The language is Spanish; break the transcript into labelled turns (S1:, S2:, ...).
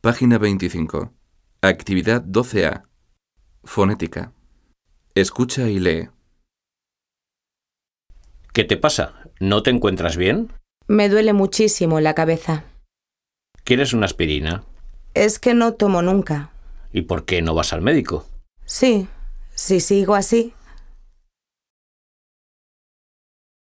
S1: Página 25. Actividad 12A. Fonética. Escucha y lee.
S2: ¿Qué te pasa? ¿No te encuentras bien?
S3: Me duele muchísimo la cabeza.
S2: ¿Quieres una aspirina?
S3: Es que no tomo nunca.
S2: ¿Y por qué no vas al médico?
S3: Sí, si sigo así,